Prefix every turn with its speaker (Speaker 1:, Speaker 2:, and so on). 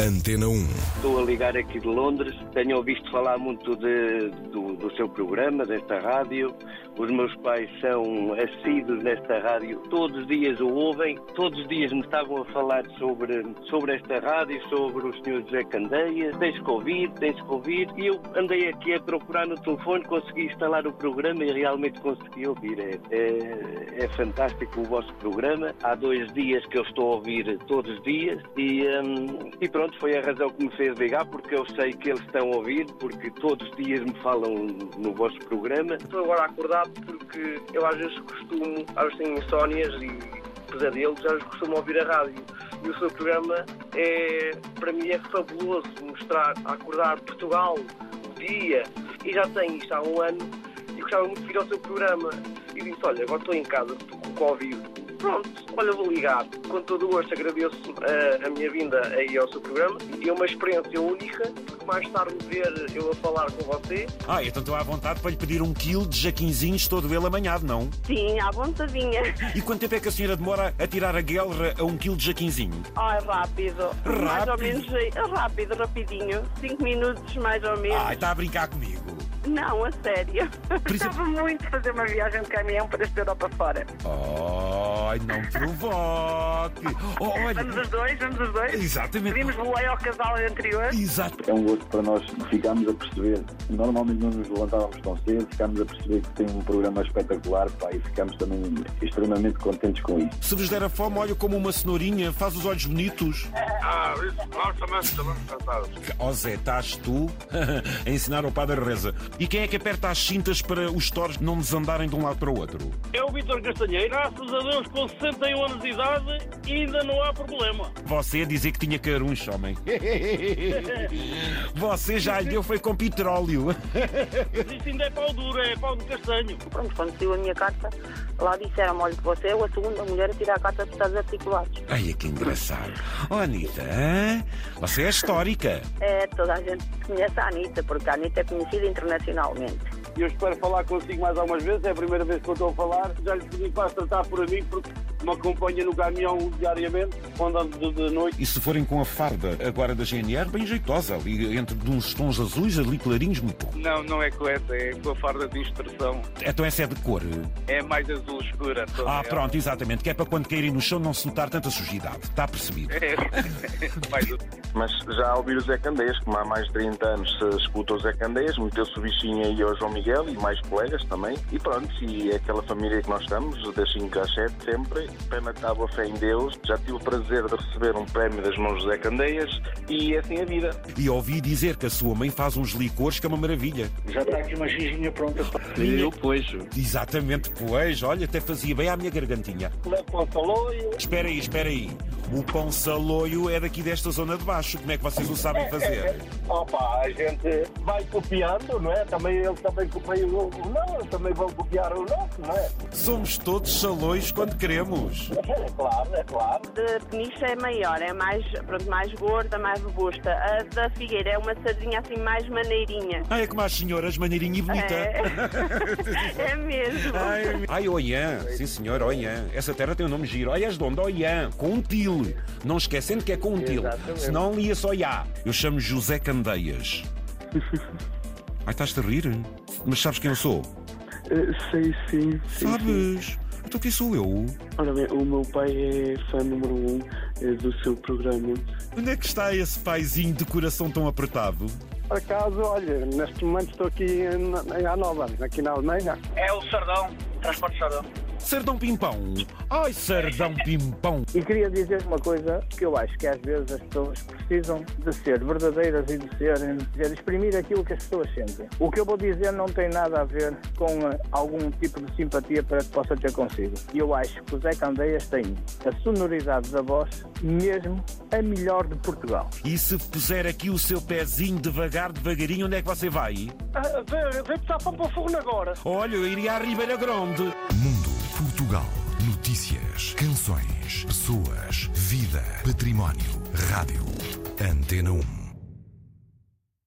Speaker 1: Antena 1.
Speaker 2: Estou a ligar aqui de Londres. Tenho ouvido falar muito de- do, do seu programa, desta rádio. Os meus pais são assíduos nesta rádio. Todos os dias o ouvem. Todos os dias me estavam a falar sobre, sobre esta rádio, sobre o senhor José Candeias. Tens que ouvir, tens que ouvir. E eu andei aqui a procurar no telefone, consegui instalar o programa e realmente consegui ouvir. É, é, é fantástico o vosso programa. Há dois dias que eu estou a ouvir todos os dias e, hum, e pronto, foi a razão que me fez ligar, porque eu sei que eles estão a ouvir, porque todos os dias me falam no vosso programa.
Speaker 3: Estou agora acordado porque eu às vezes costumo, às vezes tenho insónias e pesadelos, às vezes costumo ouvir a rádio. E o seu programa é, para mim, é fabuloso mostrar, acordar Portugal, o dia. E já tenho isto há um ano e gostava muito de vir ao seu programa. E disse: Olha, agora estou em casa, estou com Covid. Pronto, olha, vou ligar. Com todo o gosto, agradeço eh, a, minha vinda aí ao seu programa. E é uma experiência única, porque mais tarde ver eu a falar com você
Speaker 4: Ah, então estou à vontade para lhe pedir um quilo de jaquinzinhos todo ele amanhado, não?
Speaker 5: Sim, à vontadinha.
Speaker 4: E quanto tempo é que a senhora demora a tirar a guelra a um quilo de jaquinzinho?
Speaker 5: Ó, é rápido. Mais ou
Speaker 4: Rápido.
Speaker 5: menos é rápido, rapidinho. Cinco minutos mais ou menos.
Speaker 4: Ah, está a brincar comigo.
Speaker 5: Não, a sério.
Speaker 4: Príncipe-
Speaker 5: Gostava muito de fazer uma viagem de caminhão para esta Europa fora.
Speaker 4: Ai, não provoque. Oh,
Speaker 5: Vamos
Speaker 4: olha,
Speaker 5: os dois, vamos os dois.
Speaker 4: exatamente.
Speaker 5: Pedimos boleia ao casal anterior.
Speaker 4: Exato.
Speaker 6: É um gosto para nós que ficámos a perceber. Normalmente não nos levantávamos tão cedo, ficámos a perceber que tem um programa espetacular pá, e ficámos também extremamente contentes com isso.
Speaker 4: Se vos der a fome, olha como uma cenourinha, faz os olhos bonitos.
Speaker 7: Ah, isso, é nós também estamos cansados.
Speaker 4: Ó Zé, estás tu a ensinar ao padre Reza. E quem é que aperta as cintas para os torres não desandarem de um lado para o outro?
Speaker 8: É o Vitor Castanheira. Graças a Deus, com 61 anos de idade, ainda não há problema.
Speaker 4: Você a dizer que tinha caruncho, homem. Você já lhe deu foi com petróleo.
Speaker 8: Mas Isto ainda é pau duro, é pau de castanho.
Speaker 9: Pronto, quando saiu a minha carta, lá disseram, olha, você é a segunda mulher a tirar a carta de estados articulados.
Speaker 4: Olha é que engraçado. Oh, Anitta, hã? você é histórica.
Speaker 9: É, toda a gente conhece a Anitta, porque a Anitta é conhecida internacionalmente.
Speaker 8: E eu espero falar consigo mais algumas vezes. É a primeira vez que eu estou a falar. Já lhe pedi para se tratar por mim, porque me acompanha no caminhão diariamente, quando ando de, de noite.
Speaker 4: E se forem com a farda agora da GNR, bem jeitosa, ali entre de uns tons azuis, ali clarinhos, muito bom.
Speaker 7: Não, não é com essa, é com a farda de instrução.
Speaker 4: Então essa é de cor.
Speaker 7: É mais azul escura. toda
Speaker 4: Ah,
Speaker 7: ela.
Speaker 4: pronto, exatamente, que é para quando caírem no chão não se notar tanta sujidade. Está percebido.
Speaker 7: É, mais azul.
Speaker 10: Mas já ouvir o Zé Candeias, como há mais de 30 anos se escuta o Zé Candeias, meteu-se o bichinho aí ao João Miguel e mais colegas também. E pronto, e é aquela família que nós estamos, das 5 às 7 sempre, pé na tábua, fé em Deus. Já tive o prazer de receber um prémio das mãos do Zé Candeias e é assim a vida.
Speaker 4: E ouvi dizer que a sua mãe faz uns licores que é uma maravilha.
Speaker 6: Já está aqui uma gizinha pronta.
Speaker 2: Eu, pois.
Speaker 4: Exatamente, pois, olha, até fazia bem à minha gargantinha.
Speaker 2: Levo para o Faloio.
Speaker 4: Espera aí, espera aí. O pão saloio é daqui desta zona de baixo. Como é que vocês o sabem fazer?
Speaker 2: É, Opa, a gente vai copiando, não é? Também eles também copiam o não, eles também vão copiar o nosso, não é?
Speaker 4: Somos todos saloios quando queremos.
Speaker 2: É claro, é claro.
Speaker 5: De peniche é maior, é mais, pronto, mais gorda, mais robusta. A da figueira é uma sardinha assim mais maneirinha.
Speaker 4: Ai, é como as senhoras, maneirinha e bonita.
Speaker 5: É, é mesmo.
Speaker 4: Ai, ai, Oiã, sim senhor, Oiã. Essa terra tem o nome giro. Olha as de onde? Oiã, com um til. Não esquecendo que é com um til. Senão lia só Iá. Eu chamo José Candeias. Ai, estás-te a rir? Mas sabes quem eu sou?
Speaker 3: Sei sim.
Speaker 4: Sabes? Então quem sou eu?
Speaker 3: Ora bem, o meu pai é fã número um eh, do seu programa.
Speaker 4: Onde é que está esse paizinho de coração tão apertado?
Speaker 3: Por acaso, olha, neste momento estou aqui em, em Hannover, aqui na Alemanha.
Speaker 8: É o Sardão, transporte Sardão.
Speaker 4: Sardão Pimpão. Ai, Sardão Pimpão.
Speaker 3: E queria dizer uma coisa que eu acho que às vezes as pessoas precisam de ser verdadeiras e de serem, de exprimir aquilo que as pessoas sentem. O que eu vou dizer não tem nada a ver com eh, algum tipo de simpatia para que possa ter consigo. E eu acho que o Zé Candeias tem a sonoridade da voz mesmo a melhor de Portugal.
Speaker 4: E se puser aqui o seu pezinho devagar, devagarinho, onde é que você vai?
Speaker 8: Vê, vê que está para o forno agora.
Speaker 4: Olha, eu iria à Ribeira Grande.
Speaker 1: Mundo, Portugal, notícias, canções, pessoas, vida, património, rádio. Antena 1.